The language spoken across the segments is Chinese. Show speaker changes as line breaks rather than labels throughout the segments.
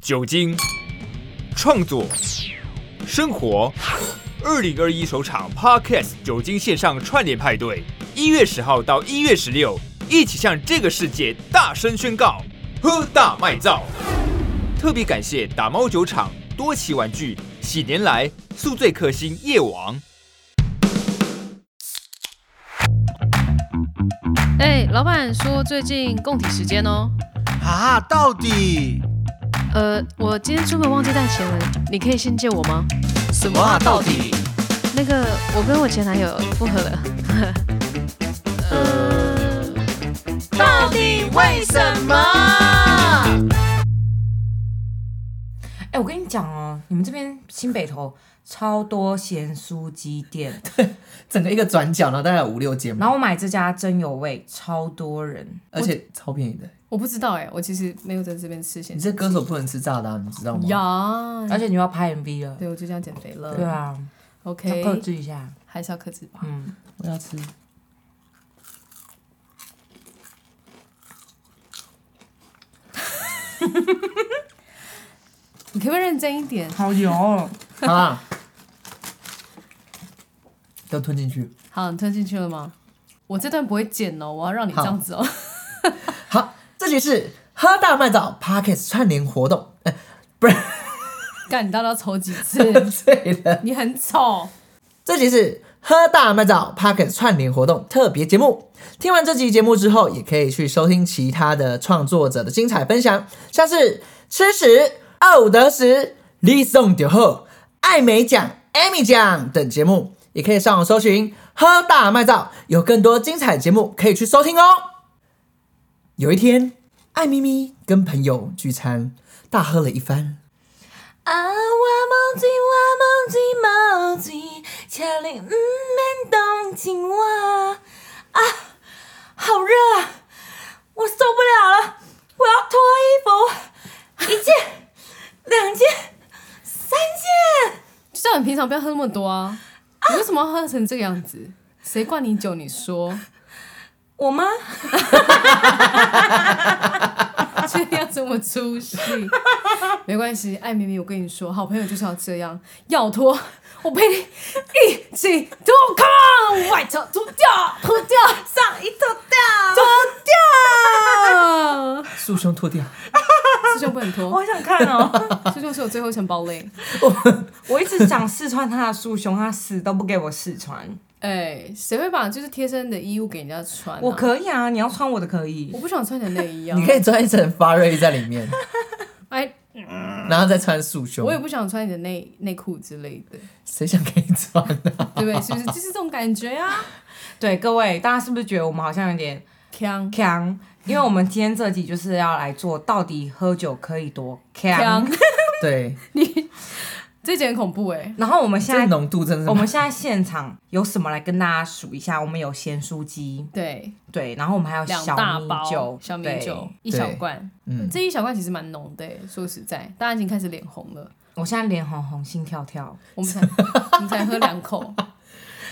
酒精、创作、生活。二零二一首场 Podcast 酒精线上串联派对，一月十号到一月十六，一起向这个世界大声宣告：喝大卖造！特别感谢打猫酒厂、多奇玩具、喜年来、宿醉克星夜王。
哎、老板说最近供体时间哦。
啊，到底
呃，我今天出门忘记带钱了，你可以先借我吗？
什么啊？到底？
那个，我跟我前男友复合了。呃，到底为什么？
哎、我跟你讲哦，你们这边新北头超多咸酥鸡 店，
整个一个转角，然后大概有五六间
然
嘛，
后我买这家真有味，超多人。
而且超便宜的。
我不知道哎、我其实没有在这边吃咸
你这歌手不能吃炸的啊、你知道吗？
呀，
而且你又要拍 MV 了，
对我就这样减肥了。
对啊，要克
，OK，
制一下。
还是要克制吧。
嗯，
我要吃。
你可不可以认真一点？
好油哦，
好啦， 都吞进去。
好，你吞进去了吗？我这段不会剪哦，我要让你这样子哦。
好，这里是喝大麦早 Parkes 串联活动。 哎、不是
干，你到底要抽几次？
醉了。
你很丑。
这集是喝大麦早 Parkes 串联活动特别节目。听完这集节目之后，也可以去收听其他的创作者的精彩分享，像是吃屎、二五得十、李送酒后、艾美奖、艾米奖等节目，也可以上网搜寻喝大麦早，有更多精彩节目可以去收听哦。有一天，艾咪咪跟朋友聚餐，大喝了一番。
啊，我忘记，我忘记，忘记，千里唔免动情我啊，好热啊，我受不了了，我要脱衣服，一件、两件、三件。
就叫你平常不要喝那么多啊！你为什么要喝成这个样子？谁灌你酒？你说，
我妈，
所以要这么出戏？没关系，爱咪咪，我跟你说，好朋友就是要这样，要脱，我陪你一起脱光，外套脱掉，啊脱掉，
上一脱
啊
掉，
脱掉，
束胸脱掉，
师兄不能
我
脱，
好想看哦。
师兄是我最后一层堡垒。
我一直想试穿她的束胸，她死都不给我试穿。
哎，谁会把就是贴身的衣物给人家穿、啊？
我，可以啊，你要穿我的可以
我。不想穿你的内衣啊！
你可以穿一层发瑞在里面，
哎，
然后再穿束胸。
我也不想穿你的内内裤之类的，
谁想给你 穿啊？
对不对？是不是就是这种感觉啊？
对各位，大家是不是觉得我们好像有点
强
强？因为我们今天这集就是要来做到底喝酒可以多
强
强。，
对，
这集很恐怖哎、
然后我们现
这
在，
浓度真的是
我们现在现场有什么来跟大家数一下？我们有咸酥鸡，
对，
对，然后我们还有
两
小
大
米
包
酒，
小米
对
酒。一小罐，
嗯
这一小罐其实蛮浓的欸、说实在，大家已经开始脸红了。
我现在脸红红，心跳跳，
我 们才我们才喝两口，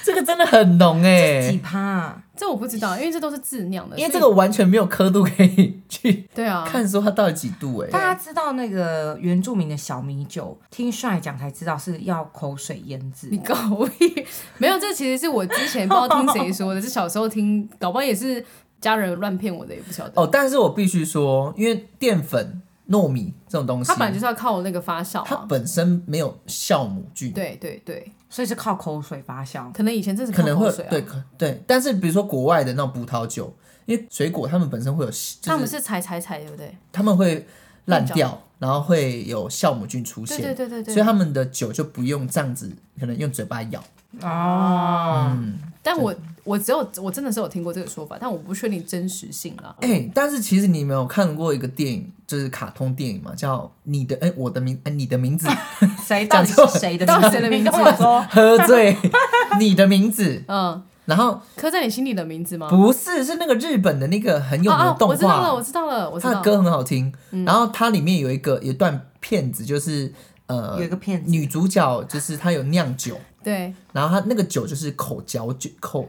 这个真的很浓哎、
几趴啊？
这我不知道，因为这都是自酿的。
因为这
所以
个完全没有刻度可以去
对啊，
看说它到底几度哎、
大家知道那个原住民的小米酒，听帅讲才知道是要口水腌制
你。搞屁，没有，这其实是我之前不知道听谁说的，是小时候听，搞不好也是家人乱骗我的，也不晓得。
哦，但是我必须说，因为淀粉、糯米这种东西，
它本来就是要靠那个发酵
它
啊，
本身没有酵母菌，，
对对对，
所以是靠口水发酵。
可能以前真是
可能会
靠
有
口水啊，
对可对。但是比如说国外的那种葡萄酒，因为水果它们本身会有，就是、
他们是踩踩踩，对不对？
他们会烂
烂
掉，然后会有酵母菌出现，
对对对对对
所以他们的酒就不用这样子，可能用嘴巴咬。
嗯
哦，
但我我只有我真的是有听过这个说法，但我不确定真实性啦。
哎、但是其实你没有看过一个电影，就是卡通电影嘛，叫《你的哎、我的名、哎你的名字》
谁到底是谁 的？
到底谁的名字
你跟我
哦
说，
喝醉，你的名字，
嗯，
然后
刻在你心里的名字吗？哦
不是是那个日本的那个很有名的动
我知道
画，
了，我嗯知道了，我知
它的
道。
歌很好听，然后它里面有一个有一段片子，就是呃
有一个骗子，
女主角就是她有酿酒，
对，
然后她那个酒就是口嚼酒口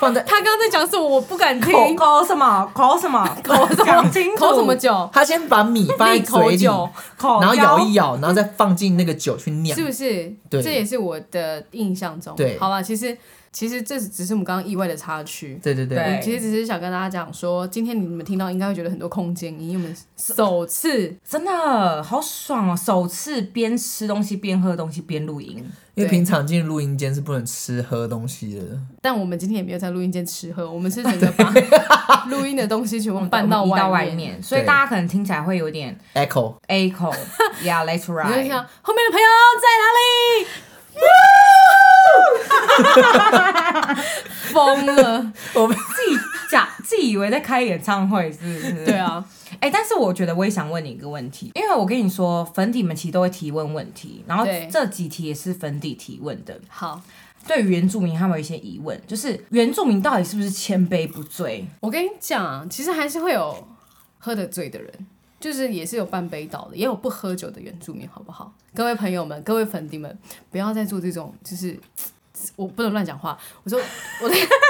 放在
他刚刚在讲什么？我不敢听。
口口什么口什么口什么讲清楚
口什么酒？
他先把米放在
利口
嘴里，
酒
口
然后咬一
咬，
咬，然后再放进那个酒去酿
是。不是？
对
这也是我的印象中。
对
好吧，其实其实这只是我们刚刚意外的插曲。
对对对，
对
我其实只是想跟大家讲说，今天你们听到应该会觉得很多空间音，因为我们首次
真的好爽哦！首次边吃东西边喝东西边录音，
因为
对
平常进录音间是不能吃喝东西的。
但我们今天也没有在录音间吃喝，我们是整个 把录音的东西全部搬到
我们移到
外
外
面。
面，所以
对
大家可能听起来会有点
Echo，
A 口，Yeah, let's
你就
ride。
想后面的朋友在哪里？ 疯了，
我们
自己假自己以为在开演唱会，是不是？
对。啊，
哎、但是我觉得我也想问你一个问题，因为我跟你说，粉底们其实都会提问问题，然后
对
这几题也是粉底提问的。
好，
对于原住民，他们有一些疑问，就是原住民到底是不是千杯不醉？
我跟你讲，其实还是会有喝得醉的人，就是也是有半杯倒的，也有不喝酒的原住民，好不好？各位朋友们，各位粉底们，不要再做这种，就是嗯我不能乱讲话。我说，我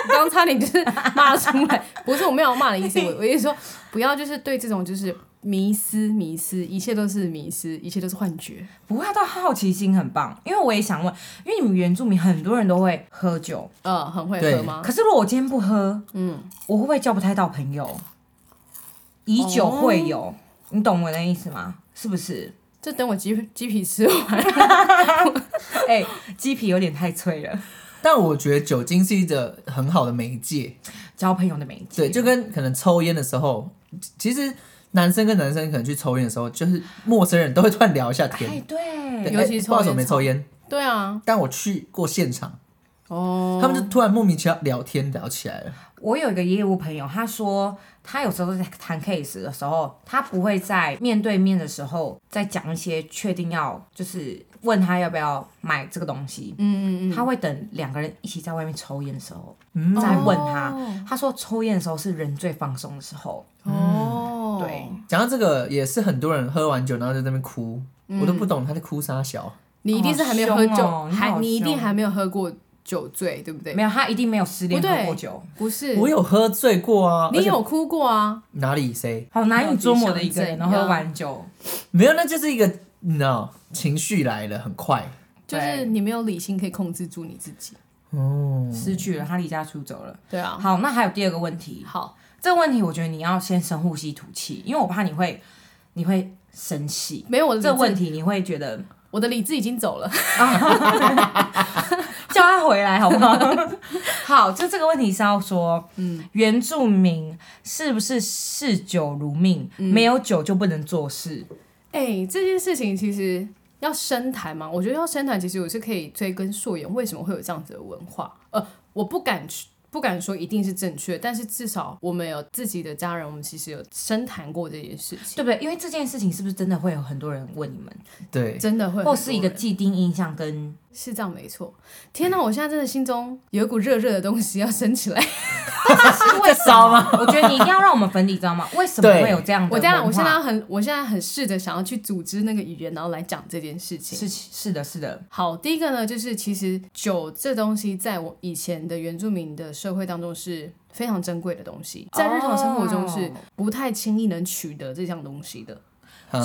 刚刚差点就是骂出来，不是我没有骂的意思，我我意思说，不要就是对这种就是迷思迷思，一切都是迷思，一切都是幻觉。
不会，到好奇心很棒，因为我也想问，因为你们原住民很多人都会喝酒，
呃，很会
对
喝吗？
可是如果我今天不喝，
嗯，
我会不会交不太到朋友？以
哦
酒会友，你懂我的意思吗？是不是？
就等我鸡鸡皮吃完，
哎、鸡皮有点太脆了，
但我觉得酒精是一个很好的媒介，
交朋友的媒介。
对，就跟可能抽烟的时候，其实男生跟男生可能去抽烟的时候，就是陌生人都会突然聊一下
哎
天。，
对，
对
尤其
哎
抽
不好意思，
烟
我没抽烟，
对啊，
但我去过现场，
哦，
他们就突然莫名其妙聊天聊起来了。
我有一个业务朋友，他说他有时候在谈 case 的时候，他不会在面对面的时候再讲一些确定要，就是问他要不要买这个东西。
嗯嗯嗯，
他会等两个人一起在外面抽烟的时候，再问他。他说抽烟的时候是人最放松的时候。
哦，
对，
讲到这个，也是很多人喝完酒然后就在那边哭，
嗯
我都不懂他在哭啥小。
你一定是还没有喝
好
酒，
凶哦你好
还你一定
凶
还没有喝过酒醉，对不对？哦
没有，他一定没有失恋
不对
喝过酒，
不是，
我有喝醉过啊，
你
而且
有哭过啊？
哪里谁
好难以捉摸的一个
到底想
人，然后喝完酒，
没有？那就是一个你知道，情绪来了很快。
就是
对
你没有理性可以控制住你自己。
哦，
失去了，他离家出走了。
对啊，
好，那还有第二个问题，
好，
这个问题我觉得你要先深呼吸吐气，因为我怕你会你会生气。
没有我的理智
这问，题你会觉得
我的理智已经走了。
叫他回来好不好？ 好，就这个问题是要说，嗯，原住民是不是嗜酒如命？
嗯
没有酒就不能做事？
哎、这件事情其实要深谈嘛，我觉得要深谈，其实我是可以追根溯源，为什么会有这样子的文化？呃，我不敢去。不敢说一定是正确，但是至少我们有自己的家人，我们其实有深谈过这件事情，
对不对？因为这件事情是不是真的会有很多人问你们，
对，
真的会
或是一
很多
个
人
既定印象跟
是这样没错。天哪，我现在真的心中有一股热热的东西要升 起来。
是为什
烧
么？我觉得你一定要让我们粉底知道吗？为什么
对
会有这样的
我
文
这
化？
样，我现在要很，我现在很试着想要去组织那个语言，然后来讲这件事情。
是是的，是的，
好，第一个呢，就是其实酒这东西，在我以前的原住民的社会当中是非常珍贵的东西，在日常生活中是
哦
不太轻易能取得这项东西的。
嗯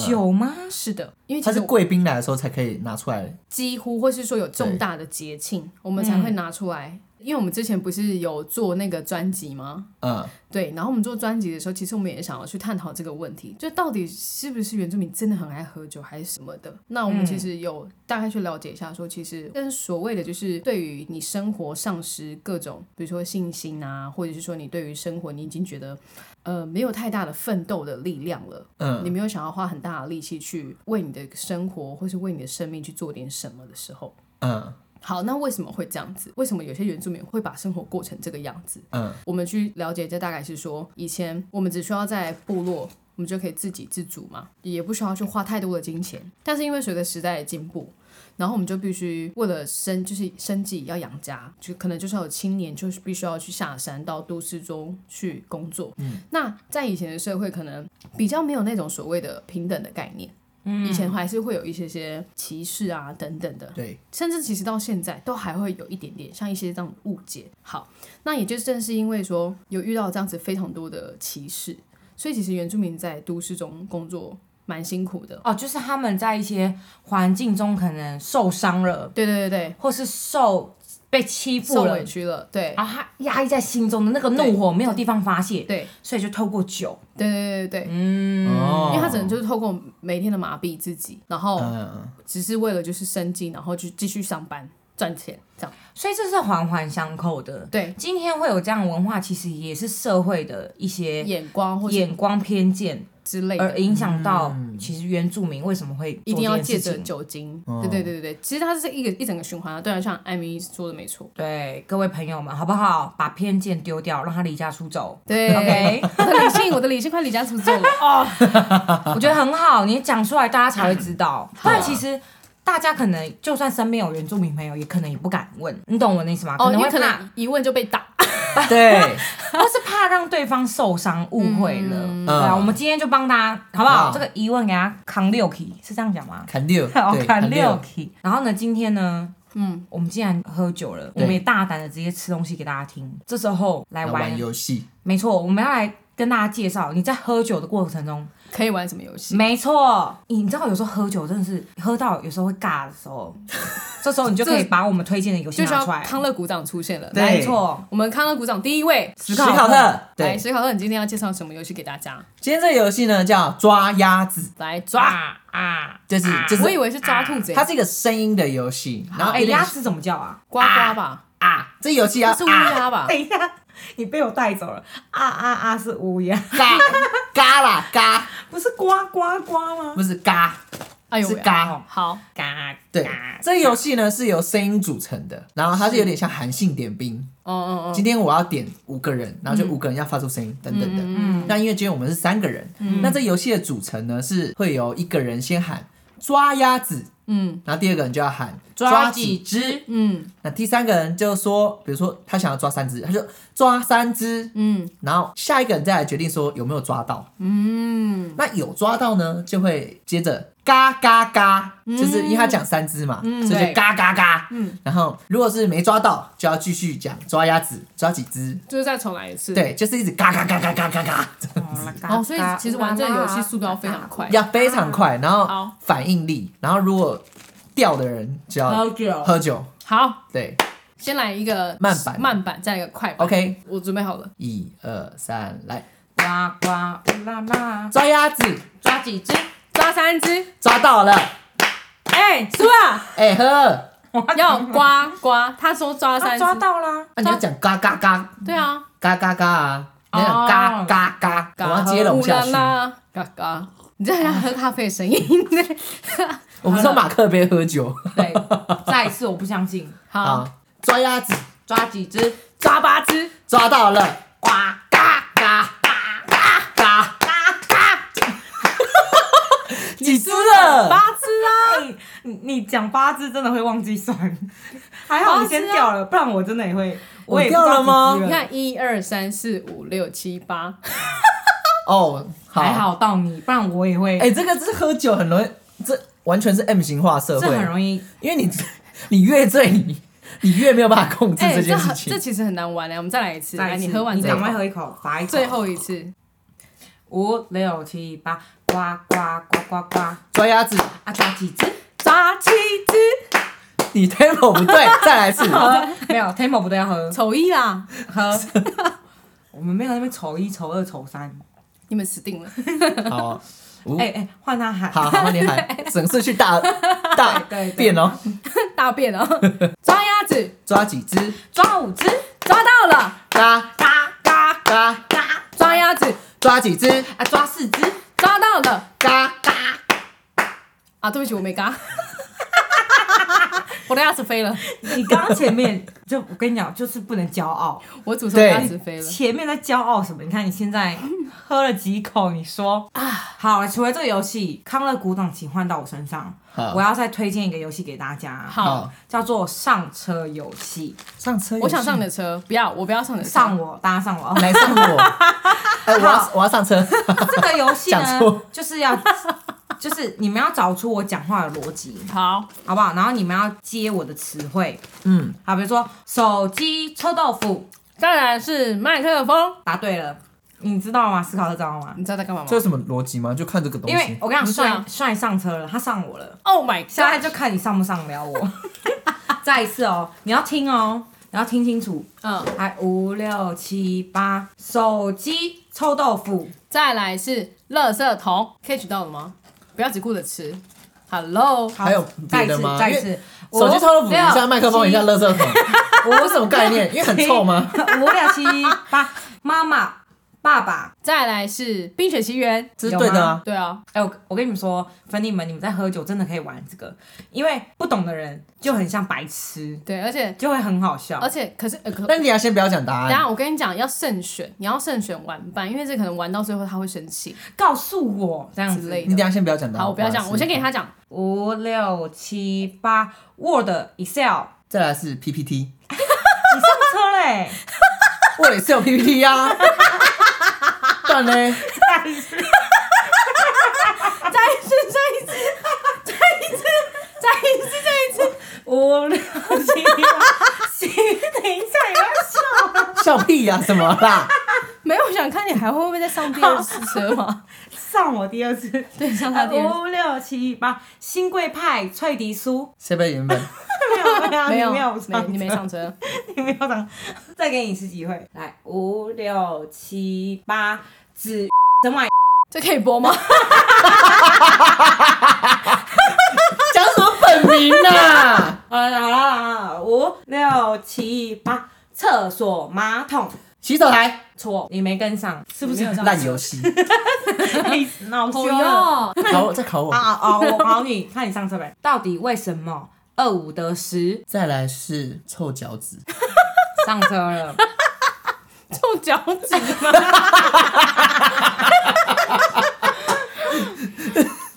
酒吗？
是的，因为其
它
实
是
我
贵宾来的时候才可以拿出来。
几乎或是说有重大的节庆，我们才会
嗯
拿出来。因为我们之前不是有做那个专辑吗？
嗯，
对，然后我们做专辑的时候，其实我们也想要去探讨这个问题，就到底是不是原住民真的很爱喝酒，还是什么的？那我们其实有大概去了解一下说其实跟所谓的就是对于你生活丧失各种，比如说信心啊，或者是说你对于生活你已经觉得呃没有太大的奋斗的力量了，
嗯
你没有想要花很大的力气去为你的生活或是为你的生命去做点什么的时候。
嗯
好，那为什么会这样子？为什么有些原住民会把生活过成这个样子？
嗯，
我们去了解，这大概是说，以前我们只需要在部落，我们就可以自给自足嘛，也不需要去花太多的金钱。但是因为随着时代的进步，然后我们就必须为了生，就是生计要养家，就可能就是有青年就是必须要去下山到都市中去工作。嗯，那在以前的社会，可能比较没有那种所谓的平等的概念。以前还是会有一些些歧视啊等等的，
对，
甚至其实到现在都还会有一点点像一些这样的误解。好，那也就正是因为说有遇到这样子非常多的歧视，所以其实原住民在都市中工作蛮辛苦的。
哦，就是他们在一些环境中可能受伤了，
对对对
或是受被欺
对，受
负了
委，屈了，对
然后他压抑在心中的那个怒火没有地方发泄，
对
所以就透过酒，
对对对对，
哦
因为他只能就是透过每天的麻痹自己，然后
嗯，
只是为了就是生计，然后就继续上班赚钱这样。
所以这是环环相扣的。
对，
今天会有这样的文化，其实也是社会的一些
眼光或者
眼光偏见，
之类
而
的，
影响到其实原住民为什么会做
一定要
这
借
件事
着
情
酒精。
嗯
对对对对对，其实它是一个一整个循环啊。对啊，像艾米说的没错。
对各位朋友们，好不好？把偏见丢掉，让他离家出走。
对
OK
我的理性，我的理性快离家出走了。 哦，
我觉得很好，你讲出来大家才会知 道。不
啊
然其实大家可能就算身边有原住民朋友，也可能也不敢问，你懂我的意思吗？
哦，
能
你
会
可
怕，
能一问就被打。
嗯 对，
或是怕 让对方受伤、误会了。对啊，
嗯
我们今天就帮大家，好不好？
嗯
这个疑问给他扛六 key，是这样讲吗？
砍六，
好
对，
扛
砍
六 key。然后呢，今天呢？
嗯，
我们既然喝酒了，我
对
们也大胆的直接吃东西给大家听。这时候来
来
玩
玩游戏，
没错，我们要来跟大家介绍，你在喝酒的过程中，
可以玩什么游
嗯
戏？
没错，你知道有时候喝酒真的是喝到有时候会尬的时候，这时候你就可以把我们推荐的游戏
就需
拿
要
出来。
康乐鼓掌出现了。
对
没错，
我们康乐鼓掌第一位，
史
考特
考特，
来，
对，
史考特，你今天要介绍什么游戏给大家？
今天这个游戏呢叫抓鸭子，
来抓，
抓啊！
就是就是，
我以为是抓兔子欸，
它是一个声音的游戏，然后
哎，
有点
鸭子怎么叫啊？
呱呱吧，
啊，这游戏要
它是乌
啊
鸦吧？
等一下，你被我带走了。啊啊啊！是乌鸦，
嘎 嘎啦嘎，
不是呱呱呱吗？
不是嘎，
哎呦喂，
是嘎哦
好，
嘎
对，这个游戏呢是由声音组成的，然后它是有点像韩信点兵。
哦哦哦，
今天我要点五个人，然后就五个人要发出声音，等等的。
嗯
那因为今天我们是三个人，
嗯
那这游戏的组成呢是会由一个人先喊抓鸭子，
嗯
然后第二个人就要喊
抓
几
几只？
嗯
那第三个人就说，比如说他想要抓三只，他就抓三只，
嗯
然后下一个人再来决定说有没有抓到。
嗯，
那有抓到呢，就会接着嘎嘎嘎，
嗯
就是因为他讲三只嘛，所以
对
就嘎嘎嘎。
嗯
然后如果是没抓到，就要继续讲抓鸭子，抓几只，
就是再重来一次。，
对，就是一直嘎嘎嘎嘎嘎嘎嘎，
哦，所以其实玩这个游戏速度要非常快。
啊要非常快，然后
好
反应力，然后如果掉的人就要
喝酒。
喝酒，
好，
对
先来一个
慢版
慢版再一个快版。
，OK，
我准备好了，
一二三，来
呱呱乌啦啦，
抓鸭子，
抓几只？
抓三只，
抓到了，
哎，是吧？
哎呵，
要呱呱。他说抓
他
三
抓
只，
到啦！
那你要讲嘎嘎嘎
对啊，
嘎嘎嘎啊，你要讲嘎
哦
嘎嘎，我要接龙下去
嘎。啦嘎嘎，你这像喝咖啡的声音。
我们说马克杯喝酒
对，再一次我不相信。
好，
啊，抓鸭子
抓几只？
抓八只，
抓到了，
呱嘎嘎嘎嘎嘎嘎！
几只了？
八只啊！你你讲八只真的会忘记 算，还好你先掉了，不然我真的也会。
啊我
也不知道
掉了吗
几只
你看一二三四五六七八，
哦，好，
还好到你，不然我也会。
哎，这个是喝酒很容易，这完全是 M 型化社
这
会，
很容易。
因为你你越醉，你你越没有办法控制
哎，
这
这
件事
很
情。
这其实很难玩嘞。我们再来一次，
再
来
一次
你喝完
你
这一
赶
口
快喝一口，罚一口。
最后一次，
五六七八，呱呱呱呱呱！
抓鸭子，
啊，抓几只？
抓七只，
你 tempo 不对，再来一次。
啊没有，Tamo 不对，要 喝
丑一啦，
喝。我们没有在那边丑一、丑二、丑三。
你们死定了。
好，五
哎哎，换他喊。
好，好，你喊，省事 去大大
对对对
便哦。
大便啊！ 抓鸭子，
抓几只？
抓五只，
抓到了，
嘎
嘎嘎
嘎，
嘎！
抓鸭子，
抓几只？
啊，抓四只，
抓到了
嘎
嘎！
啊！对不起，我没嘎， 我的鸭子飞了，
你刚刚前面就我跟你讲，就是不能骄傲，
我祖宗的鸭子飞了。
前面在骄傲什么？你看你现在喝了几口，你说啊，好，除了这个游戏，康乐鼓掌请换到我身上，
好
我要再推荐一个游戏给大家，
好，
叫做上车游戏，
上车。
我想上你，的车，不要，我不要上你的车。
上我，大家上 我。
来上我。哎，我要我要上车。
这个游戏
讲
呢
错，
就是要就是你们要找出我讲话的逻辑，
好，
好不好？然后你们要接我的词汇，
嗯，
好，比如说手机、臭豆腐，
当然是麦克风。
答对了，你知道吗？思考得到吗？
你知道在干嘛吗
这有什么逻辑吗？就看这个东
因为
西。
我跟你讲，
不是啊
帅帅上车了，他上我了，
？Oh my
现在
god！
就看你上不上得了 我。再一次哦，你要听哦，你要听清楚。
嗯，
来，五六七八，手机、臭豆腐，
再来是垃圾桶，catch 到了吗？不要只顾着吃。Hello，
好
还有
再
别
一
的
次
吗，
再一
因
次，
手机
五
超豆腐，一
六
下麦克风，一下垃圾桶，我有什么概念？因为很臭吗？
五六 七八，妈妈、爸爸。
再来是《冰雪奇缘
这是对的啊》。。
对啊，
哎、我我跟你们说，粉你们，你们在喝酒真的可以玩这个，因为不懂的人就很像白痴，
对，而且
就会很好笑
而。且可是呃，可
但你要先不要讲答
等一
案，
下我跟你讲，要慎选，你要慎选玩伴，因为这可能玩到最后他会生气
告诉我这样
之
子，
类
你等一
的。
下先不要讲答案。
好，我不要
好
讲，
意思
我先给。他讲。
五六七八，Word、Excel，
再来是 PPT，
你上车嘞、
我也是有 PPT 呀。 但呢，
再一次，再一次，再一次，再一次，再一次。
五六七八，行，等一下，你要笑。
笑屁呀，什么啦？
没有想看你还会不会再上第二次车吗？
上我第二次，
对，上他第二次。
五六七八，新贵派脆迪酥，
谁 被原本？
没有
没
有，
有，
你没
没你没
有上
上车。
你没有上，再给你一次机会，来五六七八，子整晚
这可以播吗？
讲什么本名啊？
好了好了好了，五六七八，厕所马桶
洗手台
错，你没跟上，是不是？
烂 游戏，
闹
哦
羞了。
哟，
考我再考我
啊。啊啊！我考你，看你上车没？到底为什么二五得十？
再来是臭脚趾，
上车了，
臭脚趾吗？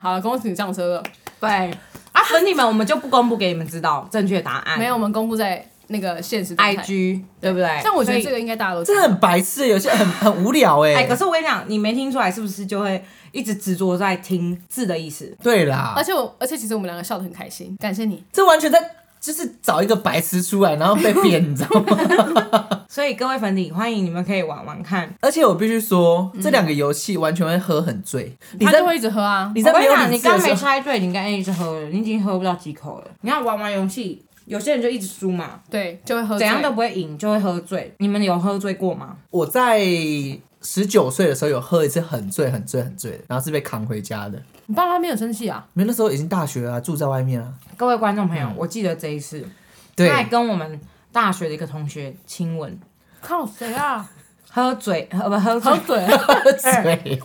好了，恭喜你上车了。
对 啊，粉你们我们就不公布给你们知道正确答案，
没有，我们公布在那个现实动态
IG 对不对？
但我觉得
所以
这个应该大家都知
真的
道。
很白痴，有些很很无聊哎、
哎、可是我跟你讲，你没听出来是不是就会一直执着在听字的意思？
对啦
而，且我，而且其实我们两个笑得很开心，感谢你。
这完全在就是找一个白痴出来，然后被编，你知道吗？
所以各位粉底，欢迎你们可以玩玩看。
而且我必须说，这两个游戏完全会喝很醉。
嗯
你
他
在
就会一直喝啊。
你
我
在
跟
没
你
有
讲，
理
你
智的
刚没
时候，
猜对，你刚 A 一直喝了，你已经喝不到几口了。你看玩玩游戏，有些人就一直输嘛，
对，就会喝醉。
怎样都不会赢，就会喝醉。你们有喝醉过吗？
我在十九岁的时候有喝一次很醉、很醉、很醉的，然后是被扛回家的。
你爸妈没有生气啊？
因为那时候已经大学了啊、住在外面啊。
各位观众朋友，我记得这一次，
对
他，还跟我们大学的一个同学亲吻，
靠谁啊？
喝醉，呃不喝
喝
醉，
醉。
喝 醉，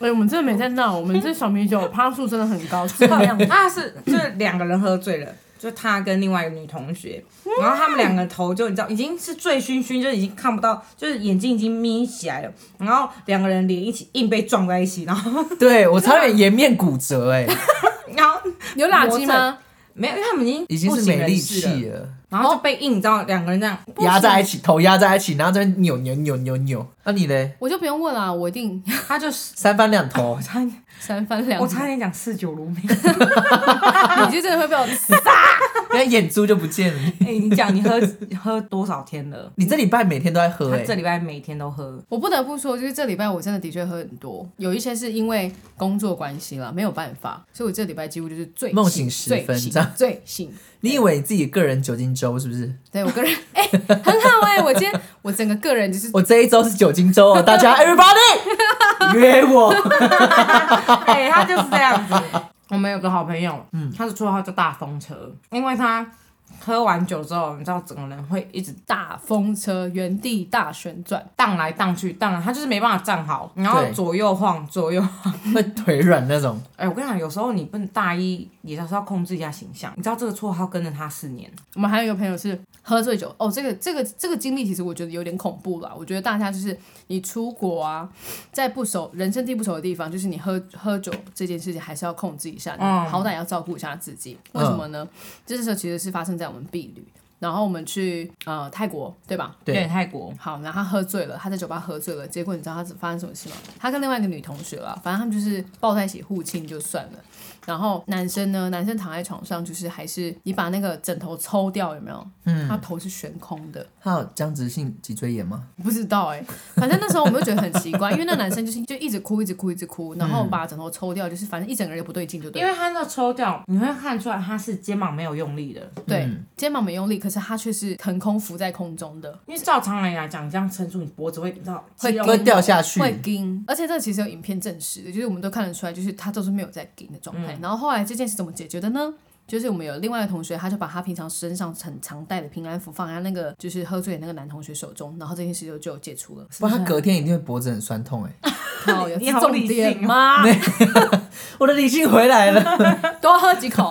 哎、我们真的没在闹，我们这小米酒趴数真的很高，是这样
他是就是两个人喝醉了，就他跟另外一个女同学，然后他们两个头就你知道已经是醉醺醺，就已经看不到，就是眼睛已经眯起来了，然后两个人脸一起硬被撞在一起，然后
对我差点颜面骨折哎、
然后
有垃圾吗？
没有，因为他们已经
已经
不
是
省
没
人
力
事
气
了，
了。
然后就被硬，你知道两个人这样
压在一起，头压在一起，然后在那边扭扭扭扭扭。那、你嘞？
我就不用问了，我一定
他就是
三翻两头 啊
我，差点
三番两
我
次。
差点讲四九如命，
你这真的会被我死。
那眼珠就不见了。
哎、你讲你喝 喝多少天了？
你这礼拜每天都在喝
他
哎、
这礼拜每天都喝，
我不得不说，就是这礼拜我真的的确喝很多，有一些是因为工作关系了，没有办法，所以我这礼拜几乎就是醉
梦醒时分
醉醒
这样
醉醒。
你以为你自己个人酒精周是不是？
对我个人，哎、很好哎、我今天我整个个人就是
我这一周是酒精周哦， 大家 everybody 约我。
对，哎他就是这样子。 我们有个好朋友，嗯，他的绰号叫大风车，因为他喝完酒之后，你知道整个人会一直
大风车原地大旋转，
荡来荡去，荡来，他就是没办法站好，然后
对
左右晃，左右晃。
会腿软那种，
哎、我跟你讲，有时候你不能大意，也是要控制一下形象。你知道这个绰号跟着他四年，
我们还有一个朋友是喝醉酒哦，这个这个这个经历其实我觉得有点恐怖啦。我觉得大家就是你出国啊，在不熟人生地不熟的地方，就是你喝喝酒这件事情还是要控制一下，你
嗯
好歹要照顾一下自己。为什么呢？这时候其实是发生在我们婢旅，然后我们去呃泰国，对吧？
对
对，泰国，
好，然后他喝醉了，他在酒吧喝醉了，结果你知道他发生什么事吗？他跟另外一个女同学啦，反正他们就是抱在一起互亲就算了。然后男生呢，男生躺在床上，就是还是你把那个枕头抽掉，有没有？嗯，他头是悬空的，
他有僵直性脊椎炎吗？
不知道哎、反正那时候我们就觉得很奇怪，因为那男生就是就一直哭，一直哭，一直哭，然后把枕头抽掉，就是反正一整个人也不对劲，就对
嗯因
了。
为他那抽掉，你会看出来他是肩膀没有用力的，
对、肩膀没用力，可是他却是腾空浮在空中的，
因为照常理来讲，你这样撑住，你脖子会你知道
会
肌肉
会掉下去，
会盯，而且这其实有影片证实的，就是我们都看得出来，就是他都是没有在盯的状态。
嗯
然后后来这件事怎么解决的呢？就是我们有另外一个同学，他就把他平常身上很常带的平安符放在那个就是喝醉的那个男同学手中，然后这件事就就有解除了。
不然他隔天一定会脖子很酸 痛哎、
好，有
你好
重
理
点
性哦
吗？
我的理性回来了，
多喝几口。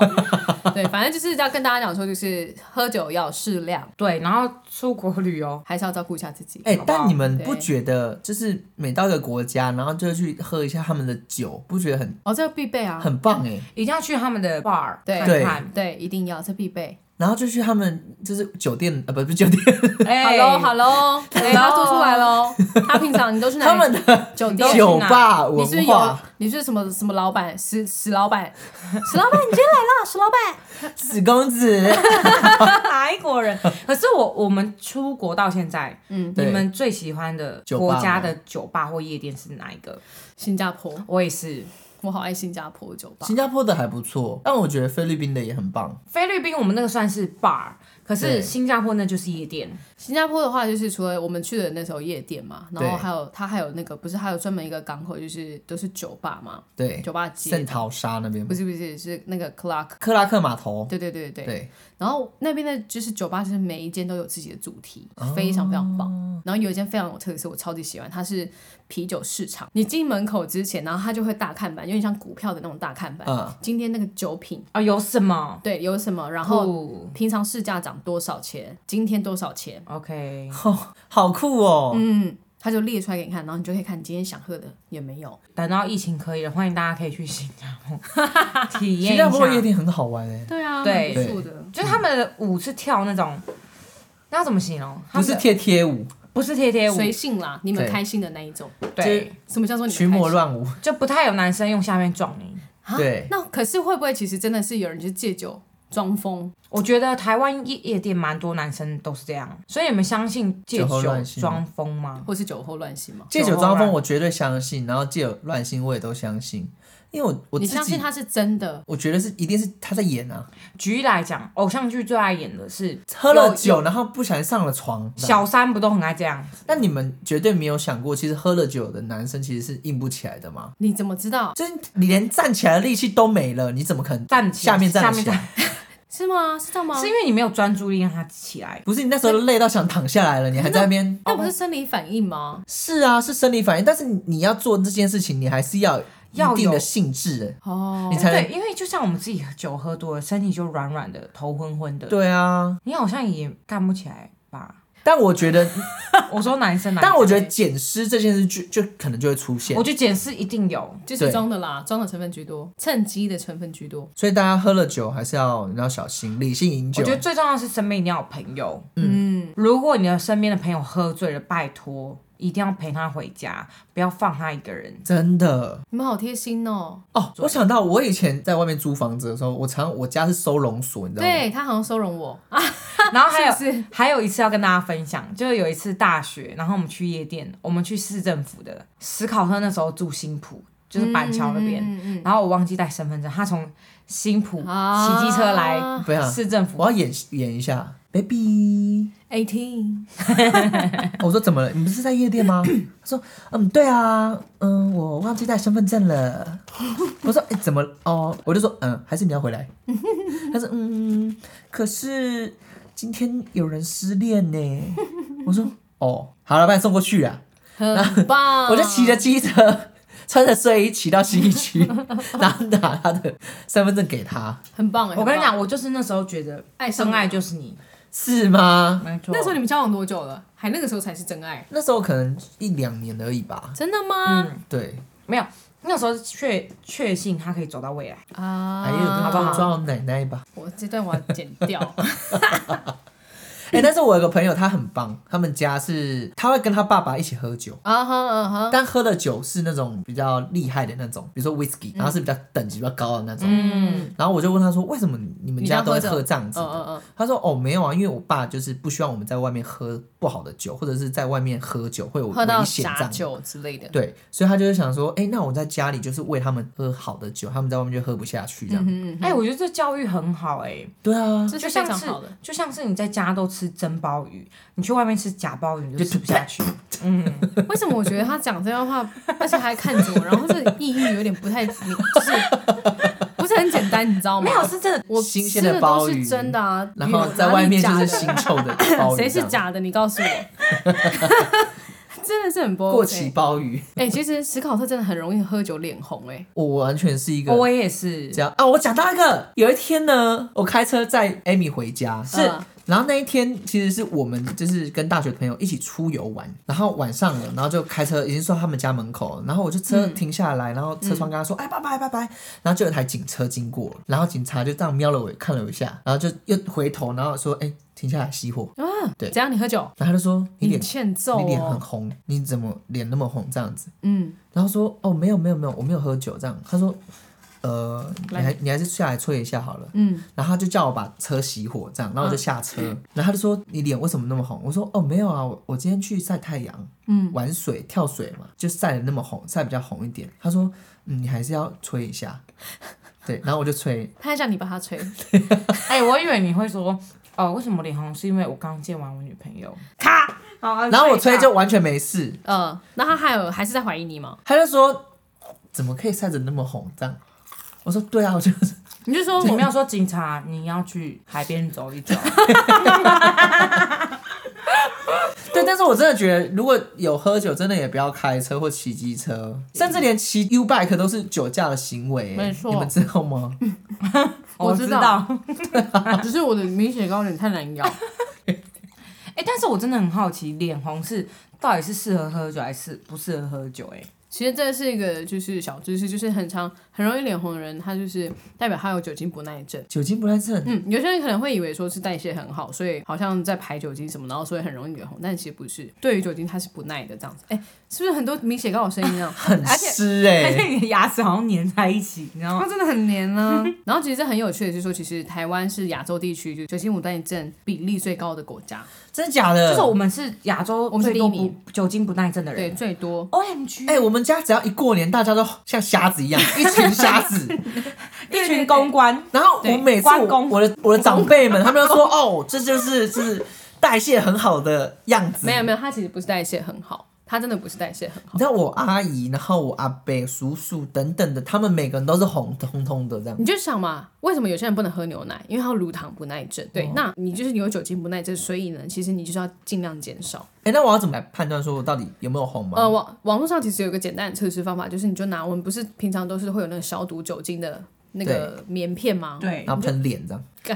对，反正就是要跟大家讲说，就是喝酒要适量，
对，然后出国旅游，
还是要照顾一下自己。
哎、
好不好
但你们不觉得就是每到一个国家，然后就去喝一下他们的酒，不觉得很
哦，这个必备啊，
很棒哎、
一定要去他们的 bar
对
看看。
对，一定要，这必备。
然后就去他们就是酒店呃，不是不是酒店，
好
哎
喽，好喽，哎，他说出来喽。他平常你 都是哪
他
里
们的
酒店
酒吧
你
文
是不是有
化？
你是什么什么老板？史史老板， 史老板，你今天来了， 史老板。
死 公子，
泰国 人。可是我我们出国到现在，嗯，你
对
们最喜欢的
酒吧
国
吗
家的酒吧或夜店是哪一个？
新加坡，
我也是，
我好爱新加坡的酒吧
新。加坡的还不错，但我觉得菲律宾的也很棒。
菲律宾我们那个算是 bar，可是
对
新加坡那就是夜店。
新加坡的话，就是除了我们去的那时候夜店嘛，然后
对
还有它还有那个不是还有专门一个港口，就是都是酒吧嘛，
对，
酒吧街
圣淘沙那边
不是不是是那个 Clark。
克拉克码头，
对对对对，
对，
然后那边的就是酒吧，就是每一间都有自己的主题，
哦
非常非常棒。然后有一间非常有特色，我超级喜欢，它是啤酒市场。你进门口之前，然后它就会大看板，有点像股票的那种大看板。
嗯
今天那个酒品
啊，有什么？哦
对有什么，然后
哦
酷
平常市价涨多少钱，今天多少钱，
OK，
好酷哦。
嗯，它就列出来给你看，然后你就可以看你今天想喝的也没有。
等到疫情可以了，欢迎大家可以去新加 坡体验
新
一下
加。坡夜店很好玩哎、
对啊
对
蛮不错的。
就是他们的舞是跳那种，那要怎么形容？他们
不是
的
贴贴舞，
不是贴贴舞，
随性啦，你们
对
开心的那一种。
对，
什么叫做你们
群魔
开心
乱舞，
就不太有男生用下面撞你。
啊
对
那可是会不会其实真的是有人就是借酒装疯？
我觉得台湾夜夜店蛮多男生都是这样，所以你们相信借
酒后
酒
乱性吗
装疯吗？
或是酒后乱性吗？
借酒
酒后
装疯
乱
我绝对相信，然后借酒乱性我也都相信，因为我我
你
自
相
己
信他是真的？
我觉得是一定是他在演啊，
举例来讲，偶像剧最爱演的是
喝了
有
酒然后不小心上了床。
小三不都很爱这样？
但你们绝对没有想过，其实喝了酒的男生其实是硬不起来的嘛，
你怎么知道？
就是你连站起来的力气都没了，你怎么可能
站起来
下面站得
下面
起来？哦
是吗？是这样吗？
是因为你没有专注力让他起来。
不是你那时候累到想躺下来了，你还在那边？
那不是生理反应吗？
是啊，是生理反应，但是你要做这件事情，你还是要有一定的兴致，
哦
你，才
对，
能
因为就像我们自己酒喝多了，身体就软软的，头昏昏的。，
对啊。
你好像也干不起来吧？
但我 觉得，
我说男生，男生
但我觉得捡尸这件事就就可能就会出现
我，觉得检视一定有，
就是
对
装的啦，装的成分居多，趁机的成分居多。
所以大家喝了酒还是要你要小心，理性饮
我
酒
觉。得最重要的是身边一定要有朋友。
嗯，
如果你的身边的朋友喝醉了，拜托一定要陪他回家，不要放他一个人。
真的，
你们好贴心哦。
哦，我想到我以前在外面租房子的时候，我常我家是收容所，你知道吗？
对他好像收容我啊，
然后还有
是不是
还有一次要跟大家分享，就是有一次大学，然后我们去夜店，我们去市政府的史考特那时候住新浦，就是板桥那边。
嗯嗯嗯
然后我忘记带身份证，他从新浦
啊
骑机车来
不要
市政府，
我要演演一下，baby。
，eighteen，
我说怎么了？你不是在夜店 吗？他说，嗯，对啊，嗯，我忘记带身份证 了。我说，哎、怎么了？哦，我就说，嗯，还是你要回 来。他说，嗯，可是今天有人失恋呢。我说，哦，好了，把你送过去啊。
很棒。
我就骑着机车，穿着睡衣骑到新一区，然后拿他的身份证给他，
很棒哎。
我跟你
很棒
讲，，我就是那时候觉得
爱上
真爱就是你，
是吗？
没错。
那时候你们交往多久了？还那个时候才是真爱，
那时候可能一两年而已吧。
真的吗？
对，
没有，那时候确确信他可以走到未来。
还有
啊，
跟抓好奶奶吧。
我这段我要剪掉。
哎、但是我有个朋友，他很棒，他们家是他会跟他爸爸一起喝酒，
啊哈啊哈，
但喝的酒是那种比较厉害的那种，比如说 whisky，然后是比较等级比较高的那种。
嗯，
然后我就问他说，为什么你们
你
家
家
都会
喝酒
喝这样子
嗯嗯
的？
嗯，
他说：“哦，没有啊，因为我爸就是不希望我们在外面喝不好的酒，或者是在外面喝酒会有
喝到
危险这
假
样子。
酒之类的，
对，所以他就是想说，哎、那我在家里就是喂他们喝好的酒，他们在外面就喝不下去这样。
嗯，
哎、我觉得这教育很好哎、
对啊，
这
就是
非
像
常
是
好的。
就像是你在家都吃蒸鲍鱼，你去外面吃假鲍鱼你就吃不下去。
为什么我觉得他讲这段话， 而且还看着我，然后这意义有点不太明，就是不是很简单，你知道吗？
没有，是真 的，
我
新
吃
鲜的
的
鲍
都
鱼
是真的啊，
然
鱼
后
哪
在
里
外面就
假
是
的
腥臭 的鲍鱼，
谁是？假的？你告诉我， 真的是很不 OK
过期鲍鱼，
哎、其实史考特真的很容易喝酒脸红、哎，
我完全是一
哦
个
我也是
这。样啊！我讲到一个，有一天呢，我开车载 Amy 回家，是
嗯
然后那一天其实是我们就是跟大学朋友一起出游玩，然后晚上了，然后就开车已经送到他们家门口了，然后我就车停下来，然后车窗跟他说：“哎，拜拜拜拜。”然后就有一台警车经过了，然后警察就这样瞄了我看了我一下，然后就又回头，然后说：“哎，停下来熄火。对
怎样？你喝酒？
然后他就说：“
你
你脸
欠揍
你脸很
哦！
红，你怎么脸那么红这样子？”
嗯，
然后说哦没有没有没有，我没有喝酒这样。他说，呃，你
来
还你还是下来吹一下好了。
嗯，
然后他就叫我把车熄火这样，然后我就下车。然后他就说你脸为什么那么红？我说哦没有啊，我我今天去晒太阳，嗯，玩水跳水嘛，就晒的那么红，晒比较红一点。他说嗯你还是要吹一下，对，然后我就吹，
他还叫你把他吹，
哎、我以为你会说，哦，为什么脸红？是因为我刚见完我女朋 友。咔，好，啊
然后我吹
一下
就完全没事。
呃，那他还有还是在怀疑你吗？
他就说怎么可以晒得那么红这样？我说对啊，我就是。
你就说
你
我
没有说警察，你要去海边走 一走。
对，但是我真的觉得，如果有喝酒，真的也不要开车或骑机车，甚至连骑 U bike 都是酒驾的行为。欸
没错
你们知 道吗？
我
知
知
道
道。只是我的明显高有点太难咬。
哎、但是我真的很好奇，脸红是到底是适合喝酒还是不适合喝酒、哎，
其实这是一个就是小知识，就是很常很容易脸红的人，他就是代表他有酒精不耐症。
酒精不耐症，
嗯，有些人可能会以为说是代谢很好，所以好像在排酒精什么，然后所以很容易脸红，但其实不是。对于酒精，它是不耐的这样子。哎、是不是很多明显高有声音啊？
很湿哎、
而 且你的牙齿好像粘在一起，你知道吗
它？真的很黏呢、然后其实很有趣的是说，其实台湾是亚洲地区就酒精无耐症比例最高的国家，
真的假的？
就是我们是亚洲
我们是
最多
第一
不酒精不耐症的
对，
人。
最多。
O M G，
哎、我们家只要一过年，大家都像瞎子 一样，一群瞎子。
一群公关，
然后我
对
每次
关
我
公
我的我的长辈们，他们都说 哦，这就是就是代谢很好的样子。
没有没有，它其实不是代谢很好，它真的不是代谢很好
你。知道我阿姨，然后我阿伯、叔叔等等的，他们每个人都是红彤彤的这样
你。就想嘛，为什么有些人不能喝牛奶？因为他有乳糖不耐症。
哦
对，那你就是有酒精不耐症，所以呢，其实你就是要尽量减少。
哎、那我要怎么来判断说我到底有没有红吗？
呃，网网络上其实有一个简单的测试方法，就是你就拿我们不是平常都是会有那个消毒酒精的那个棉片吗？，
对，
然后喷脸这样，
干，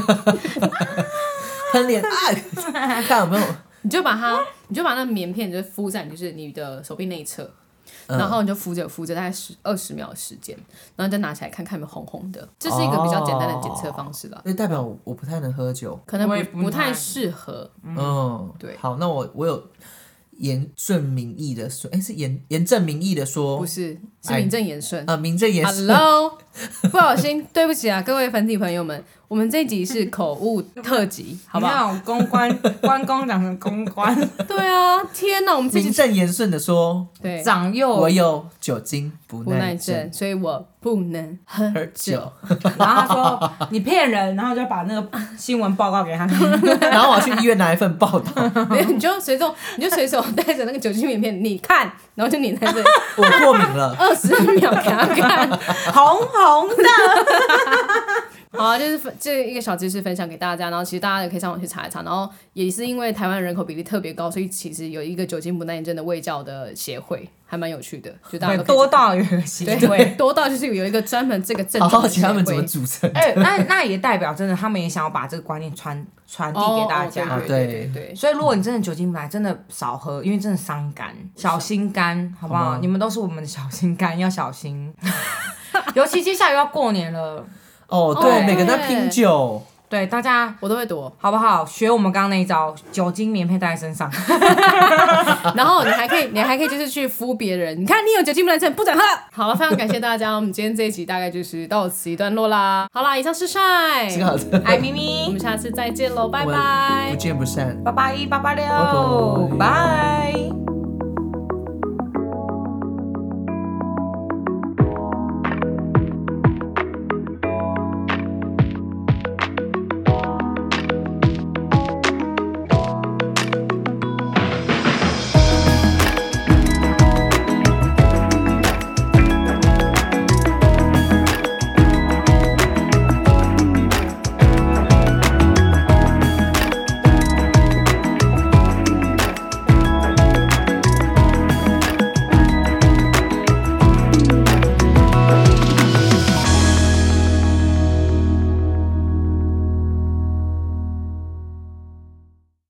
喷脸啊，看有没有，
你就把它，你就把那棉片就是敷在你就是你的手臂内侧，
嗯
然后你就敷着敷着大概十二十秒的时间，然后你再拿起来看看有没有红红的，这是一个比较简单的检测方式啦，
所以代表我我不太能喝酒，
可能
哦我也
不
不
不太
太
适合。
嗯，
对
好，那我我有严正明义的说，哎、是严严正明义的说，
不是，是
哎
名正言顺。
呃，名正言顺
Hello，不小心，对不起啊，各位粉底朋友们，我们这集是口误特辑，好
好
不
不
好？
好？公关关公长成公关，
对啊，天哪，我们这
名
集
正言顺的说，
对
长幼，
我有酒精不
哦不
耐
耐
症
症，，所以我不能喝
喝酒
酒。，
然后他 说你骗人，然后就把那个新闻报告给他看。
然后我去医院拿一份报道，
没有，你就随手，你就随手带着那个酒精棉片，你看，然后就你在这里
我过敏 了，
二十秒给他看。
红红 的，
好啊，就是分这一个小知识分享给大家，然后其实大家也可以上网去查一查，然后也是因为台湾人口比例特别高，所以其实有一个酒精不耐症的卫教的协会，还蛮有趣的，就大家都可以
多到有个行
对，
为。
多到就是有一个专门这个症
好
状的
好奇他们怎么
协会
组成。
哎、那那也代表真的，他们也想要把这个观念传传递给大家。
啊
哦哦对对对对对
所以，如果你真的酒精不来，真的少喝，因为真的伤肝、
嗯
小心肝，好不好？你们都是我们的小心 肝，要小心。尤其接下来又要过年了，
哦，对，
对
每个人在拼酒，
对大家
我都会躲。
好不好？学我们刚刚那一招，酒精棉被带在身上。
然后你还可以，你还可以就是去敷别人。你看你有酒精不能症，不准喝。好了，非常感谢大家，我们今天这一集大概就是到此一段落啦。好啦，以上是晒，
这个好的，
爱咪
我
咪
们，下次再见喽，拜
我
拜
们不。见不散。
八八一八八
拜
六，
拜
拜。